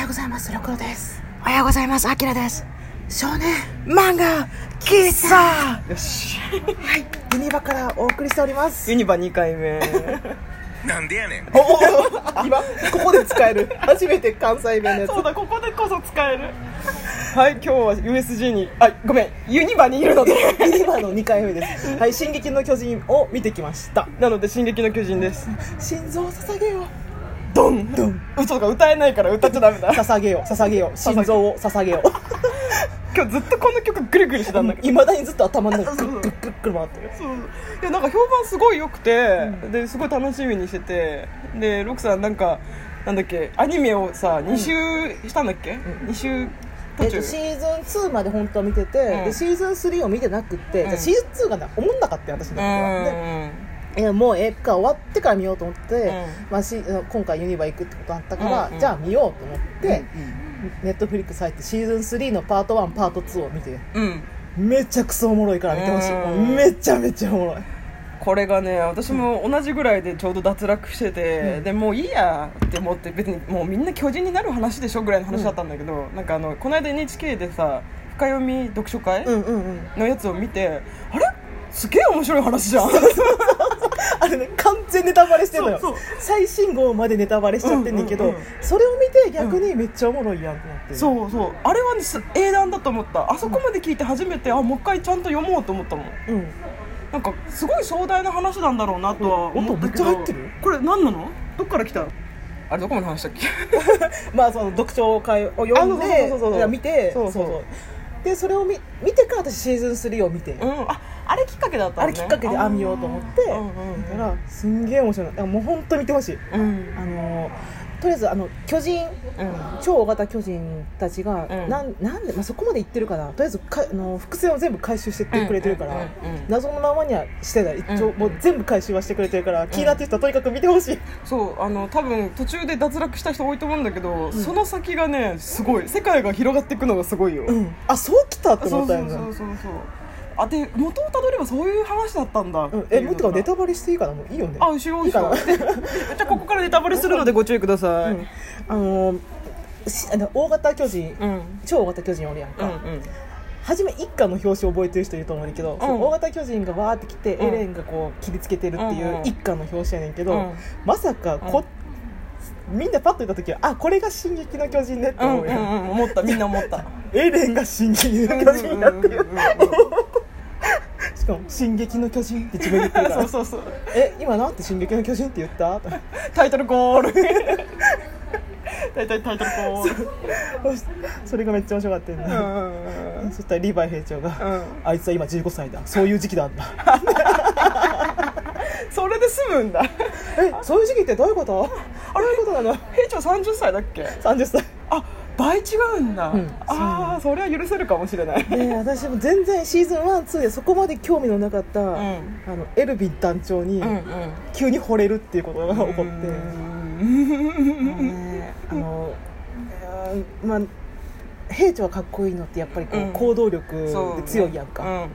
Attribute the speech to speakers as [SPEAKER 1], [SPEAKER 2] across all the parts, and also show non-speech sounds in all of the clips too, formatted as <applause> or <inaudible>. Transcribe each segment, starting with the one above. [SPEAKER 1] ようございます、ろくろです。
[SPEAKER 2] おはようございます。あきらです。
[SPEAKER 1] 少年、
[SPEAKER 2] 漫画喫茶よし。
[SPEAKER 1] ユニバからお送りしております。
[SPEAKER 2] ユニバ2回 <laughs> 目。
[SPEAKER 3] なんでやねん
[SPEAKER 1] おおお今、ここで使える。初めて関西弁のやつ。
[SPEAKER 2] <laughs> そうだ、ここでこそ使える。 <laughs> はい、今日は USJ に、あ、ごめん、ユニバにいるの <laughs> で。
[SPEAKER 1] ユニバの2回目です。はい、進撃の巨人を見てきました。
[SPEAKER 2] なので、進撃の巨人です。
[SPEAKER 1] 心臓を捧げよう。
[SPEAKER 2] ドン
[SPEAKER 1] ドン。
[SPEAKER 2] 嘘が歌えないから歌っちゃダメだ。
[SPEAKER 1] 捧げよう、捧げよう。心臓を捧げよう。
[SPEAKER 2] 今日ずっとこの曲ぐるぐるしてたんだけど。
[SPEAKER 1] いまだにずっと頭の中、
[SPEAKER 2] そ
[SPEAKER 1] く
[SPEAKER 2] うそう
[SPEAKER 1] るくるくるくる回ってる。
[SPEAKER 2] そういやなんか評判すごい良くて、ですごい楽しみにしててでロクさんなんかなんだっけアニメをさ2周したんだっけ、2周
[SPEAKER 1] え
[SPEAKER 2] 途
[SPEAKER 1] っ
[SPEAKER 2] 中、
[SPEAKER 1] と、シーズン2まで本当は見てて、
[SPEAKER 2] ん
[SPEAKER 1] でシーズン3を見てなくって、
[SPEAKER 2] うん
[SPEAKER 1] じゃあシーズン2がね、思んなかったよ私の中では。でいやもうええか終わってから見ようと思って、
[SPEAKER 2] う
[SPEAKER 1] まあ、し今回ユニバ行くってことあったから、
[SPEAKER 2] うんうん
[SPEAKER 1] じゃあ見ようと思って、
[SPEAKER 2] うんうん
[SPEAKER 1] ネットフリックス入ってシーズン3のパート1パート2を見て
[SPEAKER 2] うん、
[SPEAKER 1] めちゃくそおもろいから見てほしい、
[SPEAKER 2] うん
[SPEAKER 1] めちゃめちゃおもろい
[SPEAKER 2] これがね私も同じぐらいでちょうど脱落してて、
[SPEAKER 1] うん
[SPEAKER 2] でもういいやって思って別にもうみんな巨人になる話でしょぐらいの話だったんだけど、なんかあのこの間 NHK でさ深読み読書会
[SPEAKER 1] うんうんうん
[SPEAKER 2] のやつを見て、あれすげえ面白い話じゃん
[SPEAKER 1] <laughs> あれね完全ネタバレしてんのよ
[SPEAKER 2] そうそう
[SPEAKER 1] 最新号までネタバレしちゃってんねんけど、
[SPEAKER 2] うんうんうん
[SPEAKER 1] それを見て逆にめっちゃおもろいやんってなって、
[SPEAKER 2] <laughs> そうそうあれは、ね、す英断だと思ったあそこまで聞いて初めて、あもう一回ちゃんと読もうと思ったもん
[SPEAKER 1] うん、うん
[SPEAKER 2] なんかすごい壮大な話なんだろうなとは思ったけど、
[SPEAKER 1] うん音めっちゃ入ってる
[SPEAKER 2] これ何なのどっから来たあれどこまで話したっけ
[SPEAKER 1] まあその読書会を読ん
[SPEAKER 2] あ
[SPEAKER 1] で
[SPEAKER 2] そうそうそうそう
[SPEAKER 1] いや見て
[SPEAKER 2] そうそう
[SPEAKER 1] でそれを見見てから私シーズン3を見て、
[SPEAKER 2] うんああれきっかけだった
[SPEAKER 1] あ
[SPEAKER 2] の
[SPEAKER 1] れ
[SPEAKER 2] ね
[SPEAKER 1] きっかけであ見ようと思って
[SPEAKER 2] うんうんうん
[SPEAKER 1] だからすんげえ面白いだからもう本当見てほしい
[SPEAKER 2] うん
[SPEAKER 1] あのーとりあえずあの巨人
[SPEAKER 2] うん
[SPEAKER 1] 超大型巨人たちが、
[SPEAKER 2] うん
[SPEAKER 1] なんなんで、まあ、そこまで行ってるかなとりあえずかあの伏線を全部回収してってくれてるから、
[SPEAKER 2] うんうんうんうん
[SPEAKER 1] 謎のままにはしてない一応、
[SPEAKER 2] うんうん
[SPEAKER 1] もう全部回収はしてくれてるから気になってる人はとにかく見てほしい、
[SPEAKER 2] そうあの多分途中で脱落した人多いと思うんだけど、その先がねすごい世界が広がっていくのがすごいよ、
[SPEAKER 1] うんあそう来たって
[SPEAKER 2] そ
[SPEAKER 1] 思
[SPEAKER 2] う
[SPEAKER 1] った
[SPEAKER 2] そ
[SPEAKER 1] よ
[SPEAKER 2] う
[SPEAKER 1] ね
[SPEAKER 2] そうそうそうあで元をたどればそういう話だったんだ
[SPEAKER 1] うんえもうてかネ
[SPEAKER 2] タ
[SPEAKER 1] タバレしていいかなもういいよね
[SPEAKER 2] あ、後ろ後ろ。じゃあここからネタバレするのでご注意ください。
[SPEAKER 1] うんあのーしあの大型巨人、
[SPEAKER 2] うん。
[SPEAKER 1] 超大型巨人おるやん
[SPEAKER 2] う
[SPEAKER 1] か、
[SPEAKER 2] ん。
[SPEAKER 1] 初め一巻の表紙覚えてる人いると思うんだけど、その大型巨人がわーって来て、
[SPEAKER 2] ん
[SPEAKER 1] エレンがこう切りつけてるってい
[SPEAKER 2] ん
[SPEAKER 1] う
[SPEAKER 2] うん
[SPEAKER 1] 一巻の表紙やねんけど、
[SPEAKER 2] うん
[SPEAKER 1] まさかこ、みんなパッと見た時はあこれが「進撃の巨人ね」って
[SPEAKER 2] うん。
[SPEAKER 1] 思
[SPEAKER 2] う。
[SPEAKER 1] うんやん、
[SPEAKER 2] うん。思った。みんな思った。
[SPEAKER 1] エレンが「進撃の巨人」になってる、
[SPEAKER 2] うんうんうん
[SPEAKER 1] しかも「進撃の巨人」って自分で言ってるか
[SPEAKER 2] そう
[SPEAKER 1] ら
[SPEAKER 2] そうそう。
[SPEAKER 1] 「え今なんて進撃の巨人」って言ったと
[SPEAKER 2] タイトルコー
[SPEAKER 1] <laughs>
[SPEAKER 2] ル。大体タイトルコール。
[SPEAKER 1] それがめっちゃ面白かったよね、
[SPEAKER 2] うん。
[SPEAKER 1] そしたらリヴァイ兵長が、
[SPEAKER 2] うん
[SPEAKER 1] あいつは今15歳だそういう時期なんだ
[SPEAKER 2] それで済むんだ。
[SPEAKER 1] えそういう時期ってどういうこと
[SPEAKER 2] あれ
[SPEAKER 1] どういうことなの
[SPEAKER 2] 兵長三十歳だっけ？
[SPEAKER 1] 30歳
[SPEAKER 2] あ、倍違うんだ
[SPEAKER 1] うん。
[SPEAKER 2] ああ、それは許せるかもしれない。
[SPEAKER 1] ねえ私も全然シーズン12でそこまで興味のなかった、
[SPEAKER 2] ん
[SPEAKER 1] あのエルヴィン団長に
[SPEAKER 2] うん。
[SPEAKER 1] 急に惚れるっていうことが起こって、
[SPEAKER 2] うん。
[SPEAKER 1] あの、えーまあ兵長はかっこいいのってやっぱりこう、
[SPEAKER 2] うん
[SPEAKER 1] 行動力
[SPEAKER 2] そう
[SPEAKER 1] で強いやんか、
[SPEAKER 2] うんうん。
[SPEAKER 1] も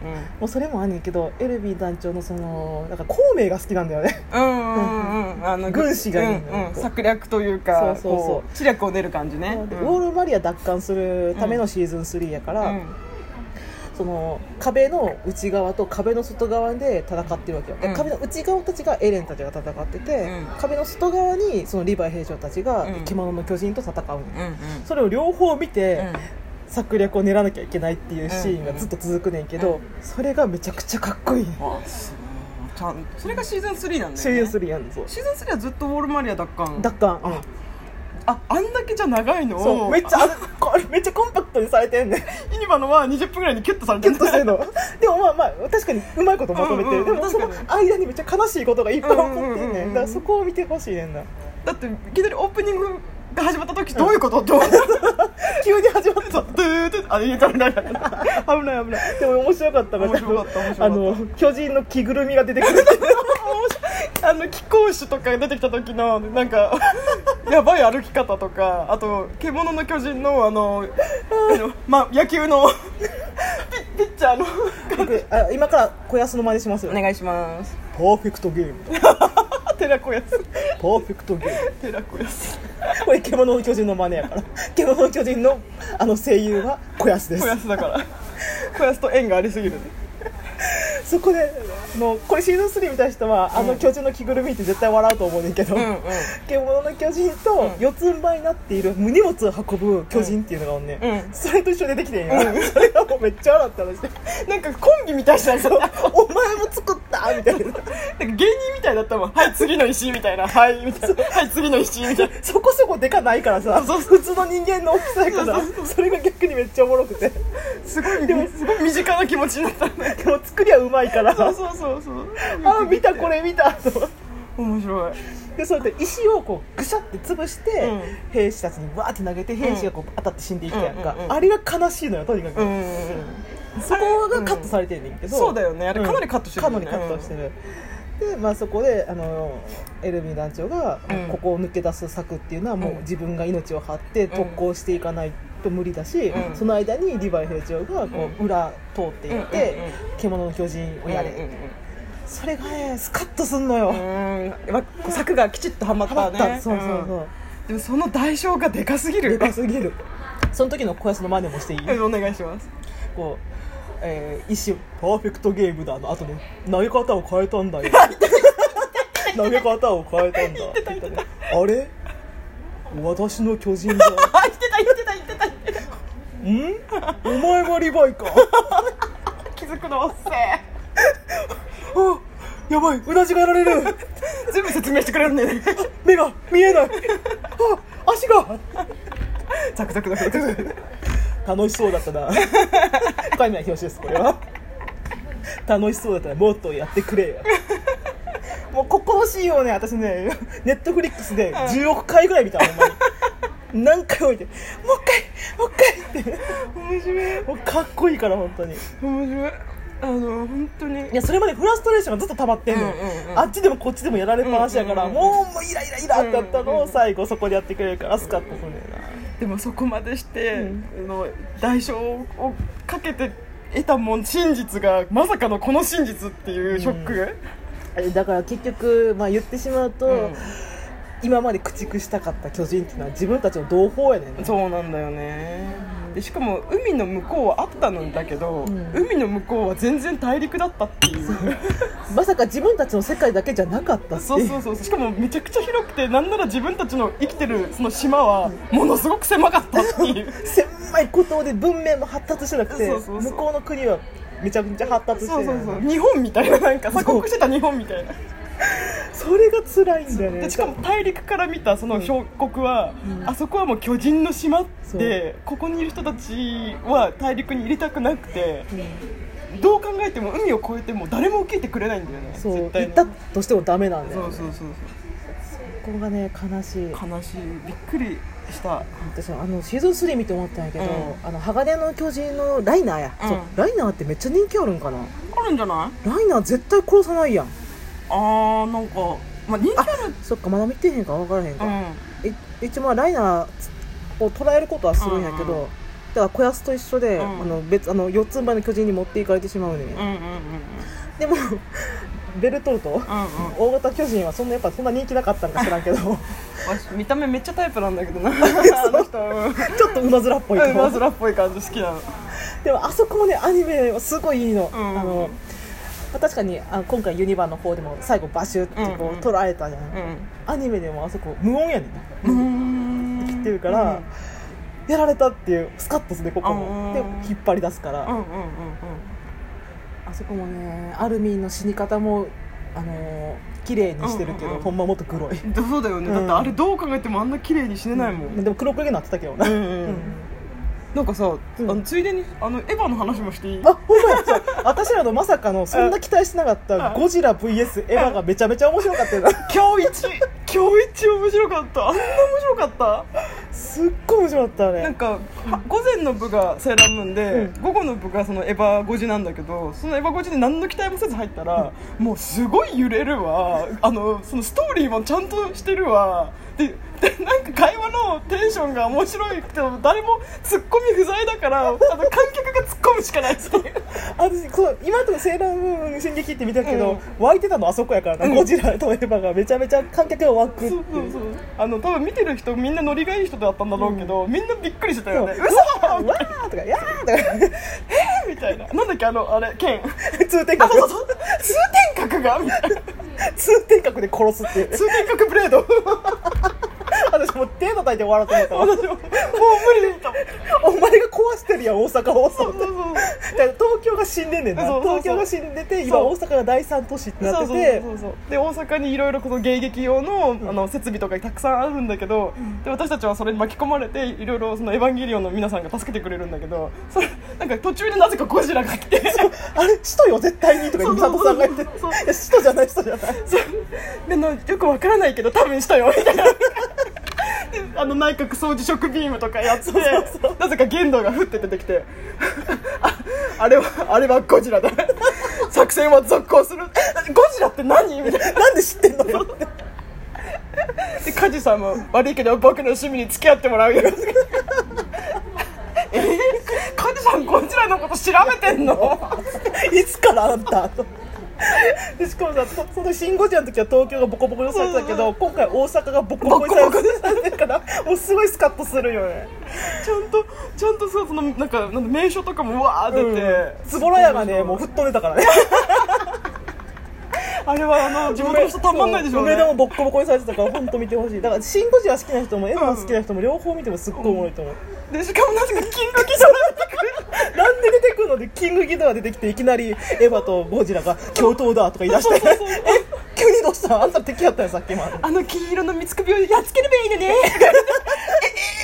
[SPEAKER 1] うそれもあんねんけどエルヴィン団長のそのなんか孔明が好きなんだよね
[SPEAKER 2] うんうんうん、あの
[SPEAKER 1] 軍師がいいの
[SPEAKER 2] うんうん、策略というか
[SPEAKER 1] そうそうそう
[SPEAKER 2] こ知略を練る感じね
[SPEAKER 1] でウ
[SPEAKER 2] う
[SPEAKER 1] ォ
[SPEAKER 2] ん
[SPEAKER 1] ール・マリア奪還するためのシーズン3やから、
[SPEAKER 2] うん
[SPEAKER 1] その壁の内側と壁の外側で戦ってるわけよ、で
[SPEAKER 2] うん
[SPEAKER 1] 壁の内側たちがエレンたちが戦ってて、
[SPEAKER 2] うん
[SPEAKER 1] 壁の外側にそのリヴァイ兵長たちが
[SPEAKER 2] うん
[SPEAKER 1] 獣の巨人と戦うのよ、
[SPEAKER 2] うんうん
[SPEAKER 1] それを両方見て、
[SPEAKER 2] うん
[SPEAKER 1] 策略を練らなきゃいけないっていうシーンがずっと続くねんけど、
[SPEAKER 2] うん
[SPEAKER 1] それがめちゃくちゃかっこいい、ね、
[SPEAKER 2] あそうちゃんそれがシーズン3なんだよ、ね、
[SPEAKER 1] シーズン3やんぞ
[SPEAKER 2] シーズン3はずっとウォールマリア奪還
[SPEAKER 1] 奪還、うん
[SPEAKER 2] ああんだけじゃ長いの
[SPEAKER 1] そうめっちゃあこれめっちゃコンパクトにされてんねん
[SPEAKER 2] ユニバのは20分ぐらいにキュッとされて
[SPEAKER 1] キュッ
[SPEAKER 2] る
[SPEAKER 1] としてるのでもまあまあ確かにうまいことまとめてる、
[SPEAKER 2] うんうん
[SPEAKER 1] でもそ
[SPEAKER 2] 確か
[SPEAKER 1] の
[SPEAKER 2] に
[SPEAKER 1] 間にめっちゃ悲しいことがいっぱい起こってん
[SPEAKER 2] うんうんうん
[SPEAKER 1] ね
[SPEAKER 2] うんん
[SPEAKER 1] だからそこを見てほしいねんな
[SPEAKER 2] だっていきなりオープニングが始まった時どういうことって思った
[SPEAKER 1] 急に始まった
[SPEAKER 2] そうドゥードゥーあ言えたら危ない危ない
[SPEAKER 1] でも面白かったから
[SPEAKER 2] 面白かった面白かった
[SPEAKER 1] あの巨人の着ぐるみが出てくる
[SPEAKER 2] あの貴公子とか出てきた時のなんか <laughs> やばい歩き方とかあと「獣の巨人の」あのあの、ま、野球のピピッチャーの
[SPEAKER 1] 僕あ今から小安の真似しますよ、
[SPEAKER 2] 願いします
[SPEAKER 1] パーフェクトゲームだ
[SPEAKER 2] 寺子やす
[SPEAKER 1] パーフェクトゲーム
[SPEAKER 2] 寺子やす
[SPEAKER 1] これ獣の巨人の真似やから獣の巨人のあの声優は小安です
[SPEAKER 2] 小安だ <laughs> から小安と縁がありすぎる
[SPEAKER 1] そこでもうこれシーズン3見た人は、あの巨人の着ぐるみって絶対笑うと思うねんけど、
[SPEAKER 2] うんうん
[SPEAKER 1] 獣の巨人と四つん這いになっている荷物を運ぶ巨人っていうのがおんね、
[SPEAKER 2] うん
[SPEAKER 1] それと一緒に出てきてんや、それがもうめっちゃ笑った話で
[SPEAKER 2] なんかコンビみたいじゃんなん
[SPEAKER 1] <laughs>
[SPEAKER 2] か
[SPEAKER 1] お前も作ったみたいな
[SPEAKER 2] 芸人みたいだったもんはい次の石井みたいなはいみたいなはい次の石井みたいな
[SPEAKER 1] そこそこでかないからさ普通の人間の大きさやからそれが逆にめっちゃおもろくて
[SPEAKER 2] すごいでもすごい身近な気持ちになったね
[SPEAKER 1] でも作りはうまいから
[SPEAKER 2] そうそうそうそう
[SPEAKER 1] あ見たこれ見たと思って
[SPEAKER 2] 面白い
[SPEAKER 1] でそれで石をこうぐしゃって潰して、
[SPEAKER 2] うん
[SPEAKER 1] 兵士たちにわーって投げて兵士がこう当たって死んでいくやんか、
[SPEAKER 2] うんうんうん
[SPEAKER 1] あれが悲しいのよとにかく、
[SPEAKER 2] うん
[SPEAKER 1] そこがカットされてんねんけど、
[SPEAKER 2] うんそうだよねあれかなりカットしてるよね
[SPEAKER 1] かなりカットしてる、でまあ、そこであのエルミン団長が、
[SPEAKER 2] うん
[SPEAKER 1] ここを抜け出す策っていうのはもう
[SPEAKER 2] うん
[SPEAKER 1] 自分が命を張って特攻していかないと無理だし、
[SPEAKER 2] うん
[SPEAKER 1] その間にリヴァイ兵長がこう裏通っていって、
[SPEAKER 2] うんうんう
[SPEAKER 1] 獣の巨人をやれ、
[SPEAKER 2] う
[SPEAKER 1] それがねスカッとすんのよ、
[SPEAKER 2] んうんうんわ柵がきちっとはまっ
[SPEAKER 1] ハ
[SPEAKER 2] た
[SPEAKER 1] マった
[SPEAKER 2] ね
[SPEAKER 1] そうそうそう、
[SPEAKER 2] んでもその代償がでかすぎ
[SPEAKER 1] で
[SPEAKER 2] る
[SPEAKER 1] かすぎるその時の小安の真似もしていい
[SPEAKER 2] うんお願いします
[SPEAKER 1] こうえー、石パーフェクトゲームだの後ね投げ方を変えたんだ <laughs> よ投げ方を変えたんだって言ったねあれ私の巨人だ
[SPEAKER 2] あ言ってた言ってた言ってた言ってた
[SPEAKER 1] んお前がリヴァイか
[SPEAKER 2] 気づくの遅え
[SPEAKER 1] あやばいうなじがやられる
[SPEAKER 2] 全部説明してくれるんだよね
[SPEAKER 1] 目が見えないあ足が
[SPEAKER 2] ザクザクザクザク
[SPEAKER 1] 楽しそうだった
[SPEAKER 2] <laughs>
[SPEAKER 1] な深宮表紙ですこれは楽しそうだったらもっとやってくれよもうここのシーンをね私ねネットフリックスで10億回ぐらい見たのほんまに何回置いてもう一回もう一回って
[SPEAKER 2] 面白い
[SPEAKER 1] もうかっこいいから本当にい
[SPEAKER 2] 面白いあの本当に
[SPEAKER 1] やそれまでフラストレーションがずっと溜まってんのよ、
[SPEAKER 2] うんうんうん
[SPEAKER 1] あっちでもこっちでもやられっぱなしやから、
[SPEAKER 2] うんうん
[SPEAKER 1] もうもうイライライラってやったのを最後そこでやってくれるからスカッとするんだよな
[SPEAKER 2] でもそこまでして、
[SPEAKER 1] う
[SPEAKER 2] あの代償をかけて得たもん真実がまさかのこの真実っていうショック、
[SPEAKER 1] えだから結局、まあ、言ってしまうと、
[SPEAKER 2] うん
[SPEAKER 1] 今まで駆逐したかった巨人っていうのは自分たちの同胞やねんな
[SPEAKER 2] そうなんだよねでしかも海の向こうはあったんだけど、
[SPEAKER 1] ん
[SPEAKER 2] 海の向こうは全然大陸だったっていう
[SPEAKER 1] まさか自分たちの世界だけじゃなかったって
[SPEAKER 2] そうそうそうしかもめちゃくちゃ広くてなんなら自分たちの生きてるその島はものすごく狭かったって <laughs> いう
[SPEAKER 1] 狭い孤島で文明も発達してなくて
[SPEAKER 2] そうそうそう
[SPEAKER 1] 向こうの国はめちゃくちゃ発達して
[SPEAKER 2] そう
[SPEAKER 1] る
[SPEAKER 2] そうそう日本みたいななんか鎖国してた日本みたいな
[SPEAKER 1] それが辛いんだよね
[SPEAKER 2] でしかも大陸から見たその峡谷は、あそこはもう巨人の島ってここにいる人たちは大陸に入れたくなくて、どう考えても海を越えても誰も受けてくれないんだよね
[SPEAKER 1] そう
[SPEAKER 2] 絶
[SPEAKER 1] 行
[SPEAKER 2] 対
[SPEAKER 1] っ
[SPEAKER 2] に
[SPEAKER 1] たとしてもダメなんだ
[SPEAKER 2] そ
[SPEAKER 1] よ
[SPEAKER 2] うそうそう
[SPEAKER 1] ここがね悲しい
[SPEAKER 2] そう悲しいびっくりした
[SPEAKER 1] 私あのシーズン3見て思ったんやけど、
[SPEAKER 2] う
[SPEAKER 1] あの鋼の巨人のライナーや、
[SPEAKER 2] うん
[SPEAKER 1] そうライナーってめっちゃ人気あるんかな
[SPEAKER 2] あるんじゃない
[SPEAKER 1] ライナー絶対殺さないやん
[SPEAKER 2] あーなんかまあ人気ある
[SPEAKER 1] そっかまだ見てへんから分からへんか、
[SPEAKER 2] うん
[SPEAKER 1] い一応まあライナーを捉えることはするんやけど、
[SPEAKER 2] うんうん
[SPEAKER 1] だから小安と一緒で、
[SPEAKER 2] うん
[SPEAKER 1] あの別あの四つん這いの巨人に持っていかれてしまうねん、
[SPEAKER 2] うんうんうん
[SPEAKER 1] でも <laughs> ベルトルト、
[SPEAKER 2] うんうん
[SPEAKER 1] 大型巨人はそんなやっぱそんな人気なかったんか知らんけど <laughs> ちょ
[SPEAKER 2] わし見た目めっちゃタイプなんだけどなあの人う
[SPEAKER 1] っ
[SPEAKER 2] ん
[SPEAKER 1] と馬面っぽい
[SPEAKER 2] 馬
[SPEAKER 1] 顔
[SPEAKER 2] 面っぽい感じ好きなの
[SPEAKER 1] でもあそこもねアニメはすごいいいの,、
[SPEAKER 2] うんうん
[SPEAKER 1] あのまあ確かにあ今回ユニバの方でも最後バシュってこ
[SPEAKER 2] うんう
[SPEAKER 1] うん捉えたじゃん、アニメでもあそこ無音やねん
[SPEAKER 2] うん
[SPEAKER 1] 切ってるから、やられたっていうスカッとするねここも
[SPEAKER 2] あ
[SPEAKER 1] で
[SPEAKER 2] ー
[SPEAKER 1] 引っ張り出すから、
[SPEAKER 2] うんうんうんうん
[SPEAKER 1] あそこもねアルミンの死に方もあのー綺麗にしてるけど、
[SPEAKER 2] うんうんうん
[SPEAKER 1] ほんまもっと黒い、
[SPEAKER 2] うんだそうだよね、
[SPEAKER 1] うん
[SPEAKER 2] だってあれどう考えてもあんな綺麗に死ねないもん、
[SPEAKER 1] でも黒くげになってたけどな、
[SPEAKER 2] うんうんなんかさ、あのついでにあのエヴァの話もしていい
[SPEAKER 1] あほんまやそう私らのまさかのそんな期待してなかった
[SPEAKER 2] うん
[SPEAKER 1] ゴジラ VS エヴァがめちゃめちゃ面白かったよな
[SPEAKER 2] 今日一今日一面白かったあんな面白かっ
[SPEAKER 1] すっごい面白かったあ
[SPEAKER 2] たなん
[SPEAKER 1] れ
[SPEAKER 2] か、は午前の部がセーラームーンで、
[SPEAKER 1] う
[SPEAKER 2] 午後の部がそのエヴァ5時なんだけどそのエヴァ5時で何の期待もせず入ったら、もうすごい揺れるわあのそのストーリーもちゃんとしてるわででなんか会話のテンシションが面白いけど誰もツッコミ不在だからあの観客がツッコむしかないっていう
[SPEAKER 1] 私そう今とセーラームーン進撃って見たけど、
[SPEAKER 2] う
[SPEAKER 1] 湧いてたのあそこやからな、ゴジラとエヴァがめちゃめちゃ観客が湧くって
[SPEAKER 2] そうそうそうあの多分見てる人みんなノリがいい人だったんだろうけど、みんなびっくりしてた
[SPEAKER 1] そう
[SPEAKER 2] よ
[SPEAKER 1] わ
[SPEAKER 2] ね
[SPEAKER 1] ー
[SPEAKER 2] 嘘
[SPEAKER 1] わーとかやーとか <laughs>
[SPEAKER 2] みたいななんだっけあのあれ剣
[SPEAKER 1] 通天
[SPEAKER 2] あ
[SPEAKER 1] 閣
[SPEAKER 2] そうそうそう通天閣がみたいな
[SPEAKER 1] 通天閣で殺すっていう
[SPEAKER 2] 通天閣ブレード
[SPEAKER 1] <laughs> 私もう手叩いて笑ってもらっ
[SPEAKER 2] 私ももう無理だった
[SPEAKER 1] た <laughs> わお前が壊してるやん大阪をそう
[SPEAKER 2] そうそうそう
[SPEAKER 1] 東京が死んでんねんな
[SPEAKER 2] そうそうそう
[SPEAKER 1] 東京が死んでて今
[SPEAKER 2] そう
[SPEAKER 1] 大阪が第三都市ってな
[SPEAKER 2] そ
[SPEAKER 1] っ
[SPEAKER 2] う
[SPEAKER 1] て
[SPEAKER 2] そうそ
[SPEAKER 1] て
[SPEAKER 2] うそうそうで大阪にいろいろこの迎撃用の,、あの設備とかたくさんあるんだけど、で私たちはそれに巻き込まれていろいろその「エヴァンゲリオン」の皆さんが助けてくれるんだけどそれなんか途中でなぜかゴジラが来て
[SPEAKER 1] あれ首都よ絶対にとか
[SPEAKER 2] そう
[SPEAKER 1] 美
[SPEAKER 2] そう
[SPEAKER 1] 里さんが言ってい
[SPEAKER 2] そう
[SPEAKER 1] や首都じゃない首都じゃ
[SPEAKER 2] <laughs>
[SPEAKER 1] ない
[SPEAKER 2] でのよくわからないけど多分したよみたいな。 <laughs> であの内閣総辞職ビームとかやってなぜか玄道が降って出てき <laughs> てああれはあれはゴジラだ <laughs> 作戦は続行するゴ <laughs> ジラって何みたいな
[SPEAKER 1] なんで知ってんのよって
[SPEAKER 2] で梶さんも悪いけど僕の趣味に付き合ってもらうよ <laughs> えー、梶さんゴジラのこと調べてん
[SPEAKER 1] <laughs>
[SPEAKER 2] の
[SPEAKER 1] いつからあんたとでしかもさとその「シン・ゴジラ」の時は東京がボコボコにされてたけど今回大阪がボコボコにされ
[SPEAKER 2] ボコボコ
[SPEAKER 1] てるからもうすごいスカッとするよね
[SPEAKER 2] ちゃんとちゃんとさそのなんかなんか名所とかもわー出て、
[SPEAKER 1] ズボラ屋がねもう吹っ飛んでたからね
[SPEAKER 2] あれはあの地元の人たまんないでしょうね
[SPEAKER 1] 梅田もボッコボコにされてたから本当見てほしいだから「シン・ゴジラ」好きな人もエヴァ好きな人も両方見てもすっごいおもろいと思う、
[SPEAKER 2] でしかもなぜか金の木じゃなくて
[SPEAKER 1] なんで出てくるのでキングギドラ出てきていきなりエヴァとゴジラが共闘だとか言い出してえ急にどうしたあんた敵やったよさっきまで
[SPEAKER 2] あの黄色の三つ首をやっつければいいのねえ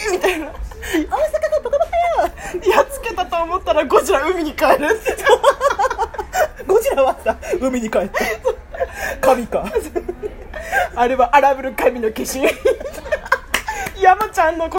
[SPEAKER 2] えみたいな大阪がボコボコややっつけたと思ったらゴジラ海に帰るって
[SPEAKER 1] ゴジラはさ海に帰って神か
[SPEAKER 2] あれは荒ぶる神の化身山ちゃんの